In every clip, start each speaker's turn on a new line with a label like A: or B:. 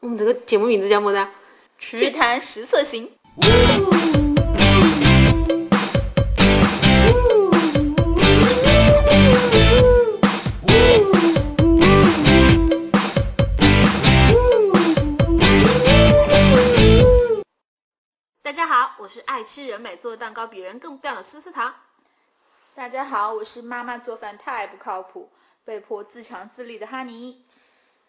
A: 们这个节目名字叫么子啊？
B: 曲坛十色行，
A: 大家好，我是爱吃人美做蛋糕比人更棒的思思糖。
B: 大家好，我是妈妈做饭太不靠谱，被迫自强自立的哈尼。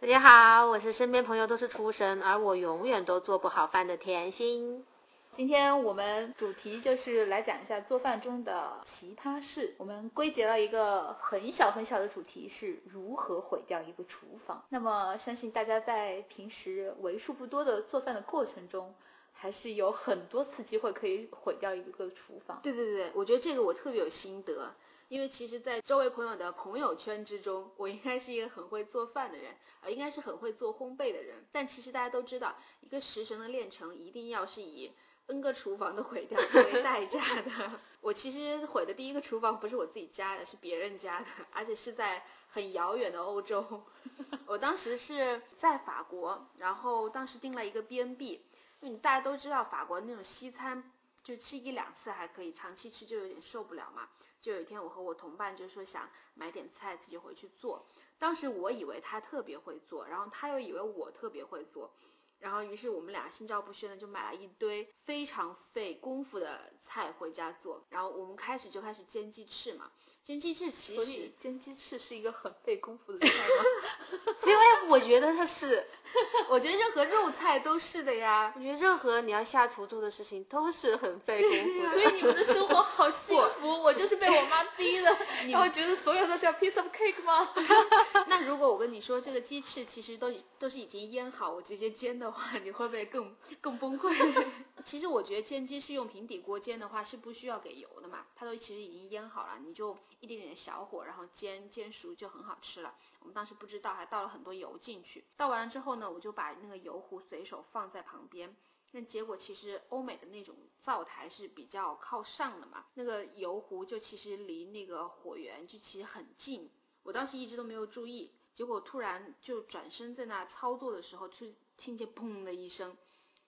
A: 大家好，我是身边朋友都是厨神，而我永远都做不好饭的甜心。
B: 今天我们主题就是来讲一下做饭中的奇葩事。我们归结了一个很小很小的主题是如何毁掉一个厨房。那么，相信大家在平时为数不多的做饭的过程中，还是有很多次机会可以毁掉一个厨房。
A: 对对对，我觉得这个我特别有心得，因为其实，在周围朋友的朋友圈之中，我应该是一个很会做饭的人，呃，应该是很会做烘焙的人。但其实大家都知道，一个食神的炼成一定要是以 n 个厨房的毁掉作为代价的。 我其实毁的第一个厨房不是我自己家的，是别人家的，而且是在很遥远的欧洲。 我当时是在法国，然后当时订了一个 B&B，因为大家都知道法国那种西餐，就吃一两次还可以，长期吃就有点受不了嘛。就有一天，我和我同伴就说想买点菜自己回去做。当时我以为他特别会做，然后他又以为我特别会做，然后于是我们俩心照不宣的就买了一堆非常费功夫的菜回家做。然后我们开始就开始煎鸡翅嘛，煎鸡翅其
B: 所
A: 实
B: 以煎鸡翅是一个很费功夫的菜吗？
A: 因为哎我觉得它是，我觉得任何肉菜都是的呀。我觉得任何你要下厨做的事情都是很费功 夫
B: 所以你们的生活好幸福，我就是被我 妈逼 的。然后觉得所有都是要 piece of cake 吗？
A: 那如果我跟你说这个鸡翅其实都已都是已经腌好，我直接煎的话，你会不会更更崩溃？ 其实我觉得煎鸡翅用平底锅煎的话是不需要给油的嘛，它都其实已经腌好了，你就一点点小火，然后煎煎熟就很好吃了。我们当时不知道，还倒了很多油进去。倒完了之后呢，我就把那个油壶随手放在旁边。那结果其实欧美的那种灶台是比较靠上的嘛，那个油壶就其实离那个火源就其实很近。我当时一直都没有注意，结果突然就转身在那操作的时候，就听见砰的一声，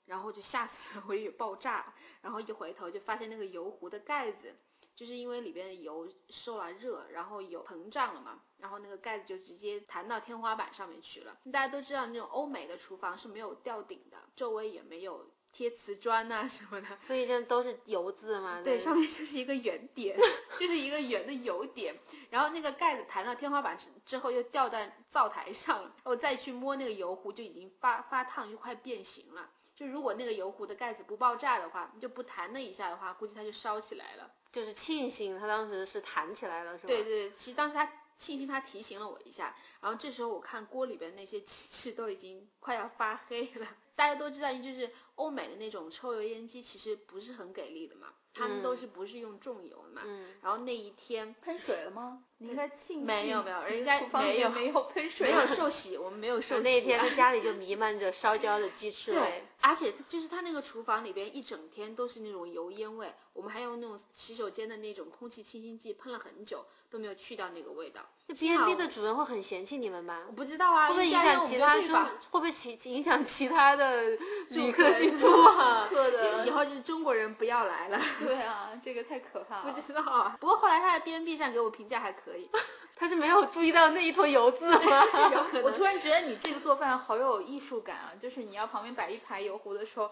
A: 然后就吓死了，我以为爆炸，然后一回头就发现那个油壶的盖子，就是因为里边的油受了热，然后有膨胀了嘛，然后那个盖子就直接弹到天花板上面去了。大家都知道那种欧美的厨房是没有吊顶的，周围也没有贴瓷砖呐、什么的，
C: 所以这都是油渍嘛？
A: 对，
C: 吧
A: 上面就是一个圆点， 就是一个圆的油点，然后那个盖子弹到天花板之之后又掉到灶台上，我再去摸那个油壶就已经发发烫，又快变形了。就如果那个油壶的盖子不爆炸的话，就不弹那一下的话，估计它就烧起来了。
C: 就是庆幸他当时是弹起来了，是吧？
A: 对，对，其实当时他庆幸他提醒了我一下，然后这时候我看锅里边那些鸡翅都已经快要发黑了。大家都知道，就是欧美的那种抽油烟机其实不是很给力的嘛，他们都是不是用重油的嘛。
C: 嗯，
A: 然后那一天
B: 喷水了吗？你应该庆幸
A: 没有没有人家
B: 厨房里
A: 没有
B: 没 有喷水，
A: 没有受洗，我们没有受洗、啊。
C: 那一天他家里就弥漫着烧焦的鸡翅
A: 对
C: 味，，
A: 而且它就是他那个厨房里边一整天都是那种油烟味，我们还用那种洗手间的那种空气清新剂喷了很久都没有去掉那个味道。
C: 那
A: 幸好
C: B&B 的主人会很嫌弃你们吗
A: 我？不知道啊，
C: 会不会
A: 应
C: 影
A: 该
C: 响
A: 让我
C: 其
A: 们
C: 他
A: 就
C: 住
A: 对吧？？
C: 会不会其影响其他 的旅客去住
B: 顾
C: 啊？
B: 客 的
A: 以后就是中国人不要来了。
B: 对啊，这个太可怕
A: 不
B: 了。
A: 知道啊， 不过后来他在 B N B 上给我评价还可以，
C: 他 是没有注意到那一坨油渍吗？
B: 我突然觉得你这个做饭好有艺术感啊！就是你要旁边摆一排油壶的时候，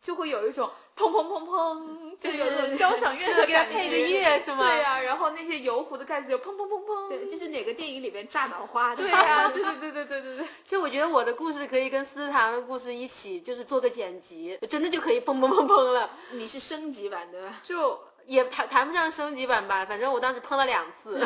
B: 就会有一种砰砰砰砰，就有那种交响乐的
C: 给他
B: 感觉。
C: 配个乐是吗？
B: 对呀、啊然后那些油壶的盖子就砰砰砰砰。
A: 对，就是哪个电影里边炸脑花的。
B: 对啊呀、对对对对对对对。
C: 就我觉得我的故事可以跟思糖的故事一起，就是做个剪辑，真的就可以砰砰砰砰了。
A: 你是升级版对吧？
C: 就也谈谈不上升级版吧，反正我当时碰了两次。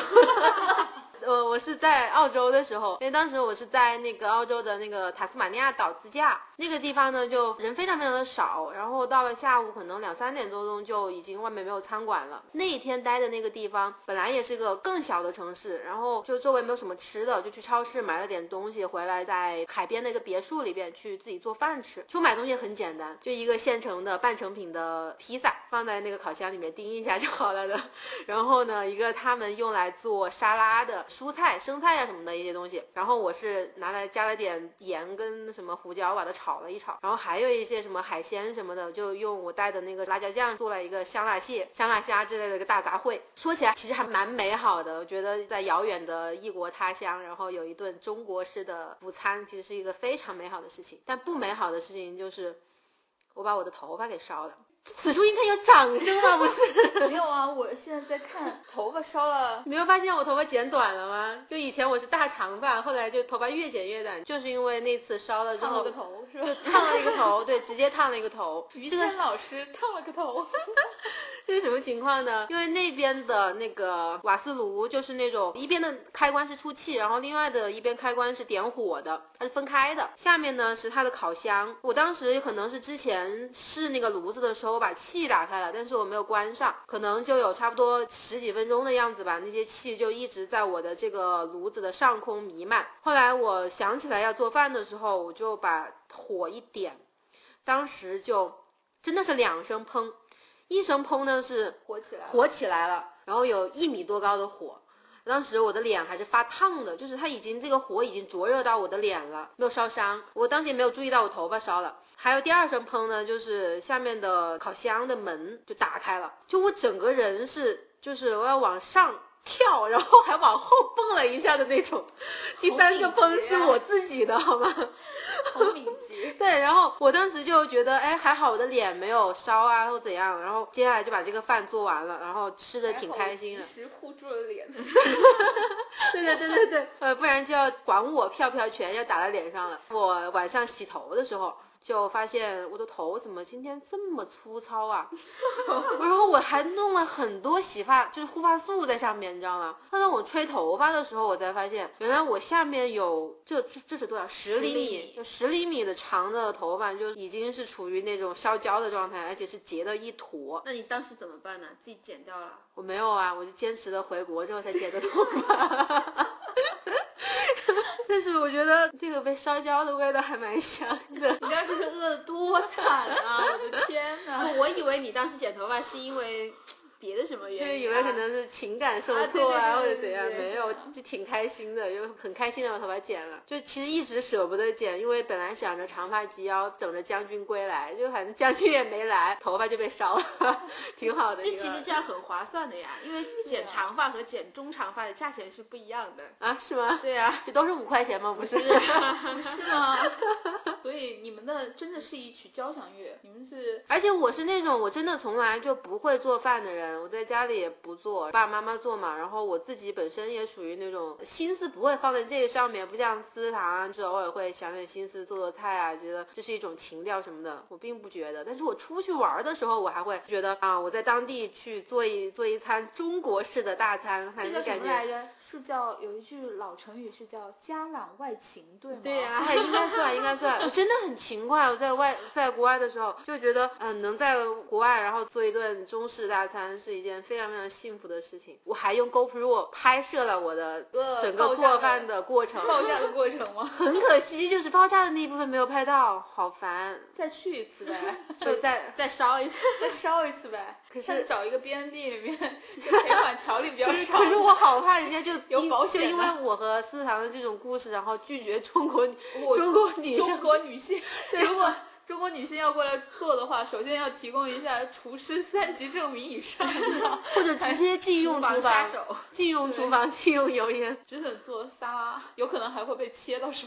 C: 呃，我是在澳洲的时候，因为当时我是在那个澳洲的那个塔斯马尼亚岛自驾，那个地方呢就人非常非常的少，然后到了下午可能两三点多钟就已经外面没有餐馆了。那一天待的那个地方本来也是个更小的城市，然后就周围没有什么吃的，就去超市买了点东西回来，在海边的一个别墅里边去自己做饭吃。就买东西很简单，就一个现成的半成品的披萨，放在那个烤箱里面叮一下就好了的。然后呢，一个他们用来做沙拉的蔬菜、生菜呀、什么的一些东西。然后我是拿来加了点盐跟什么胡椒，把它炒了一炒。然后还有一些什么海鲜什么的，就用我带的那个辣椒酱做了一个香辣蟹、香辣虾之类的一个大杂烩。说起来其实还蛮美好的，我觉得在遥远的异国他乡，然后有一顿中国式的午餐，其实是一个非常美好的事情。但不美好的事情就是我把我的头发给烧了。此处应该有掌声吧？不是？
B: 没有啊，我现在在看头发烧了，
C: 没有发现我头发剪短了吗？就以前我是大长发，后来就头发越剪越短，就是因为那次烧了之
B: 烫了
C: 后
B: 个，头是吧？
C: 就 烫了一个头，对，直接烫了一个头。
B: 于
C: 这个
B: 谦老师烫了个头，
C: 这是什么情况呢？因为那边的那个瓦斯炉就是那种一边的开关是出气，然后另外的一边开关是点火的，它是分开的。下面呢是它的烤箱。我当时可能是之前试那个炉子的时候，我把气打开了，但是我没有关上，可能就有差不多十几分钟的样子吧，那些气就一直在我的这个炉子的上空弥漫。后来我想起来要做饭的时候，我就把火一点，当时就真的是两声砰。一声砰呢是
B: 火起来了，
C: 火起来了，然后有一米多高的火。当时我的脸还是发烫的，就是它已经这个火已经灼热到我的脸了，没有烧伤。我当时也没有注意到我头发烧了。还有第二声砰呢，就是下面的烤箱的门就打开了，就我整个人是就是我要往上跳，然后还往后蹦了一下的那种。第三个
B: 敏
C: 砰
B: 捷
C: 是
B: 啊
C: 我自己的，好吗？
B: 好敏捷。
C: 对，然后我当时就觉得，哎，还好我的脸没有烧啊，或怎样。然后接下来就把这个饭做完了，然后吃的挺开心的。
B: 时护住了脸，
C: 对对对对对，呃，不然就要管我票票拳要打在脸上了。我晚上洗头的时候。就发现我的头怎么今天这么粗糙 啊！然后我还弄了很多洗发，就是护发素在上面，你知道吗？但当我吹头发的时候，我才发现原来我下面有这这这是多少十厘
A: 10厘
C: 米
A: 米，
C: 就十厘米的长的头发，就已经是处于那种烧焦的状态，而且是结的一坨。
A: 那你当时怎么办呢？自己剪掉了？
C: 我没有啊，我就坚持的回国之后才剪的头发。但是我觉得这个被烧焦的味道还蛮香的。
A: 你当时是饿的多惨啊！我的
B: 天 哪！
A: 天，我以为你当时剪头发是因为别的什么原因、
C: 就
A: 啊，
C: 是以为可能是情感受挫
A: 啊
C: 啊，或
A: 对
C: 者怎
A: 对对
C: 样，
A: 对对
C: 没有，就挺开心的，就很开心的把头发剪了。就其实一直舍不得剪，因为本来想着长发及腰，等着将军归来，就反正将军也没来，头发就被烧了，挺好的
A: 这
C: 一个。
A: 其实这样很划算的呀，因为剪长发和剪中长发的价钱是不一样的。
C: 啊，是吗？
A: 对呀、
C: 这都是五块钱吗？不是，
B: 不是吗？所以你们的真的是一曲交响乐，你们是
C: 而且我是那种我真的从来就不会做饭的人，我在家里也不做，爸爸妈妈做嘛。然后我自己本身也属于那种心思不会放在这个上面，不像思糖啊，就偶尔会想点心思做做菜啊，觉得这是一种情调什么的，我并不觉得。但是我出去玩的时候，我还会觉得啊，我在当地去做一做一餐中国式的大餐，反
B: 这
C: 正就
B: 叫什
C: 感
B: 么来
C: 觉。
B: 着？是叫有一句老成语是叫家朗外情，对吗？
A: 对呀、
C: 哎，应该算，应该算。我真的很勤快，我在外在国外的时候就觉得，嗯、能在国外然后做一顿中式大餐是一件非常非常幸福的事情。我还用 GoPro 拍摄了我的
B: 呃
C: 整个
B: 爆炸
C: 做
B: 的
C: 饭的过程，
B: 爆炸的过程吗？
C: 很可惜就是爆炸的那一部分没有拍到，好烦。
B: 再去一次呗，
C: 就在
A: 再烧一次，
B: 再烧一次呗。
C: 可是
B: 上次找一个 B N B 里面就赔款条例比较
C: 可是
B: 少。
C: 可是我好怕人家就
B: 有
C: 因
B: 保
C: 就
B: 险
C: 因为
B: 的
C: 我和思堂的这种故事，然后拒绝中国女
B: 我
C: 中国女
B: 中
C: 生。
B: 国女性，如果中国女性要过来做的话，首先要提供一下厨师三级证明以上的，
C: 或者直接禁用
A: 厨
C: 厨
A: 杀
C: 房，
A: 手。
C: 禁用厨
B: 对
C: 房，禁用油烟。
B: 只准做沙拉，有可能还会被切到手。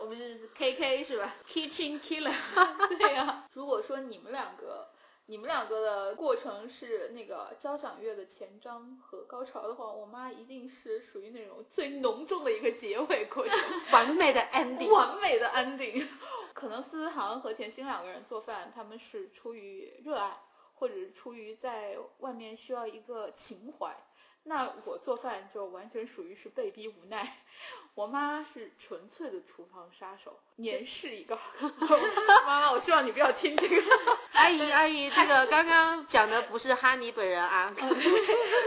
A: 我们是 KK 是吧？Kitchen Killer。
B: 对呀、如果说你们两个，你们两个的过程是那个交响乐的前章和高潮的话，我妈一定是属于那种最浓重的一个结尾过程。
C: 完美的 ending。
B: 完美的 ending。可 能思航和甜心两个人做饭，他们是出于热爱，或者出于在外面需要一个情怀。那我做饭就完全属于是被逼无奈。 我妈是纯粹的厨房杀手，年事已高。 妈妈，我希望你不要听这个。
C: 阿姨，阿姨，这个刚刚讲的不是哈尼本人 啊，
B: 嗯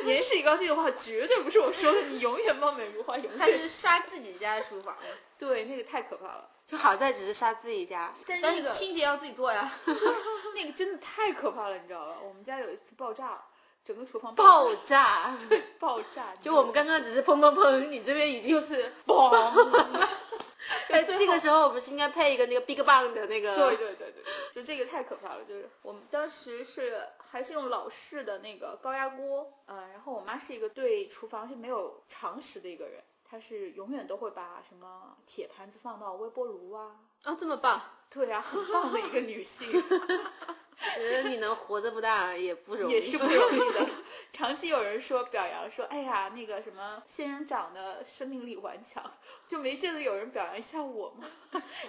B: 年事已高这个话绝对不是我说的，你永远貌美如花，永
A: 他
B: 远
A: 是杀自己家的厨房，
B: 对那个太可怕了。
C: 就好在只是杀自己家，
B: 但是
A: 但
B: 那
A: 是
B: 个
A: 清洁要自己做呀。
B: 那个真的太可怕了，你知道吧？我们家有一次爆炸了，整个厨房
C: 爆炸。
B: 爆炸，
C: 就我们刚刚只是砰砰砰，你这边已经
B: 就是 嘣，
C: 哎，
B: 最后
C: 这个时候我们是应该配一个那个 Big Bang 的那个，
B: 对对对对，就这个太可怕了。就是我们当时是还是用老式的那个高压锅，呃，然后我妈是一个对厨房是没有常识的一个人，她是永远都会把什么铁盘子放到微波炉啊，
A: 啊，这么棒！
B: 对啊，很棒的一个女 性，
C: 觉得你能活得不大也不容易，
B: 也是不容易的。长期有人说表扬说，哎呀，那个什么仙人掌的生命力顽强，就没见得有人表扬一下我吗？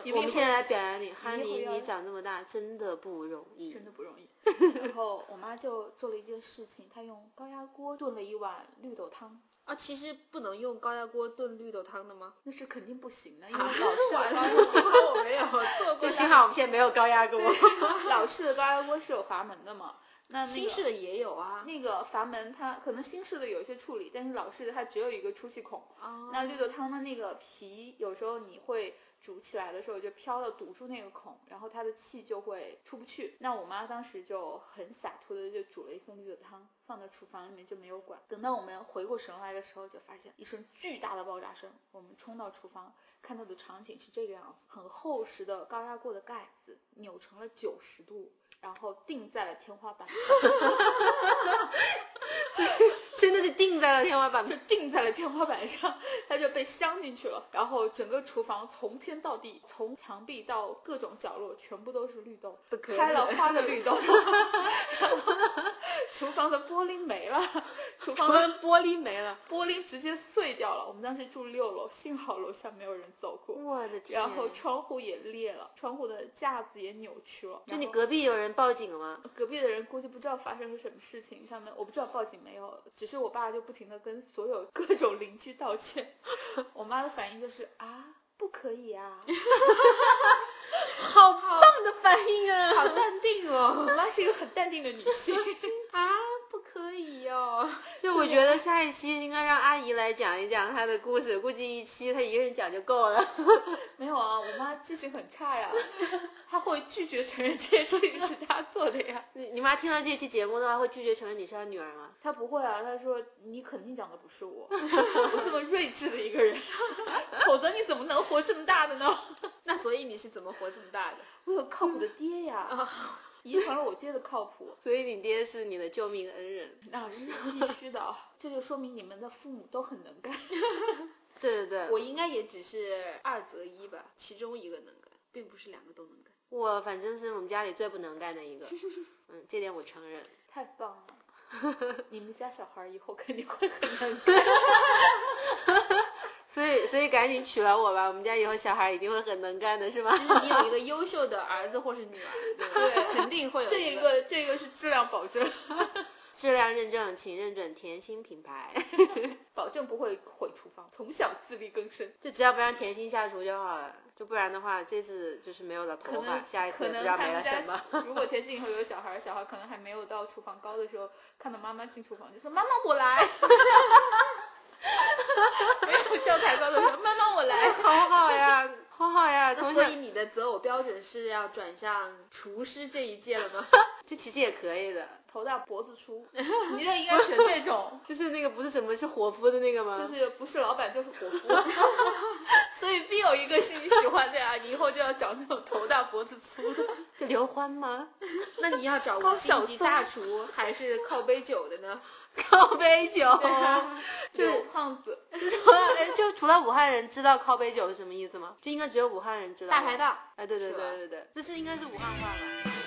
B: 你
C: 我们
B: 以 后
C: 现在来表扬你，哈
B: 以
C: 尼，
B: 后要
C: 你长这么大真的不容易，
B: 啊真的不容易。然后我妈就做了一件事情，她用高压锅炖了一碗绿豆汤，
A: 啊，其实不能用高压锅炖绿豆汤的吗？
B: 那是肯定不行的，因为 老式的高 压锅是
A: 我没有做过
C: 就幸好我们现在没有高压锅。
B: 老式的高压锅是有阀门的嘛。那那
A: 新
B: 个
A: 式的也有啊。
B: 那个阀门它可能新式的有一些处理，但是老式的它只有一个出气孔。
A: 啊
B: 那绿豆汤的那个皮，有时候你会煮起来的时候就飘了，堵住那个孔，然后它的气就会出不去。那我妈当时就很洒脱的就煮了一份绿豆汤，放到厨房里面就没有管。等到我们回过神来的时候，就发现一声巨大的爆炸声。我们冲到厨房，看到的场景是这个样子：很厚实的高压锅的盖子扭成了九十度，然后定在了天花板，
C: 真的是定在了天花板。
B: 就定在了天花板上，它就被镶进去了。然后整个厨房从天到地，从墙壁到各种角落，全部都是绿豆，
A: 不可
B: 开
A: 以
B: 了花的绿豆。 厨房的玻璃没了，厨
C: 我
B: 房的
C: 们玻璃没了，
B: 玻璃直接碎掉了。我们当时住六楼，幸好楼下没有人走过。
C: 我的天！
B: 然后窗户也裂了，窗户的架子也扭曲了。
C: 就你
B: 然后
C: 隔壁有人报警了 吗？
B: 隔壁的人估计不知道发生了什么事情，他们我不知道报警没有，只是我爸就不停的跟所有各种邻居道歉， 我妈的反应就是啊。不可以啊！
C: 好棒的反应啊！
A: 好淡定哦！
B: 我妈是一个很淡定的女 性，
A: 啊，不可以哦！
C: 就我觉得下一期应该让阿姨来讲一讲她的故事，估计一期她一个人讲就够了。
B: 没有啊，我妈记性很差 呀，她会拒绝承认这件事情是她做的呀。
C: 你你妈听到这期节目的话，会拒绝承认你是她女儿吗？
B: 她不会啊，她说你肯定讲的不是我，我这么睿智的一个 人，否则你怎么能活这么大的呢？
A: 那所以你是怎么活这么大的？
B: 我有靠
C: 嗯
B: 谱的爹
C: 啊
B: 呀，遗传了我爹的靠谱。
C: 所以你爹是你的救命恩人。
B: 那是必须的，啊这就说明你们的父母都 很能干。
C: 对对对，
A: 我应该也只是二择一吧，其中一个能干，并不是两个都能干。
C: 我反正是我们家里最不能干的一 个，嗯，这点我承认。
B: 太棒 了！你们家小孩儿以后肯定会很能 干。
C: 所以所以赶紧娶了我吧，我们家以后小孩一定会很能干的，是吗？
A: 就是你有一个优秀的儿子或是女儿，对吧？
B: 对
A: 肯定会有
B: 这一个这个是质量保证，
C: 质 量认证，请认准甜心品牌，
B: 保证不会毁厨房，从小自力更生。
C: 就只要不让甜心下厨就好了，就不然的话，这次就是没有了
B: 可
C: 头发，
B: 能
C: 下一次
B: 可
C: 也不
B: 能
C: 知道
B: 他
C: 没
B: 们
C: 了
B: 家
C: 什么。
B: 如果田静以后有小孩儿，小孩儿可能还没有到厨房高的时候，看到妈妈进厨房就说：“妈妈我 来。”没有叫太高的时候，妈妈我来。
C: 好好呀，好好呀，
A: 那
C: 同
A: 所以
C: 学，
A: 你的择偶标准是要转向厨师这一届了吗？
C: 这其实也可以的，
B: 头大脖子粗，你就应该选这种，
C: 就是那个不是什么是伙夫的那个吗？
B: 就是不是老板就是伙夫， 所以必有一个是你喜欢的呀、你以后就要找那种头大脖子粗的。
C: 就刘欢吗？
A: 那你要找
B: 高
A: 五
B: 晓
A: 星级大
B: 松
A: 厨还是靠杯酒的呢？
C: 靠杯酒，就
B: 就
C: 是
B: 胖子，
C: 就除了啊 哎就除了武汉人知道靠杯酒是什么意思吗？就应该只有武汉人知道吧。
A: 大排档。
C: 哎，对对
A: 是吧
C: 对对对，这是应该是武汉话吧？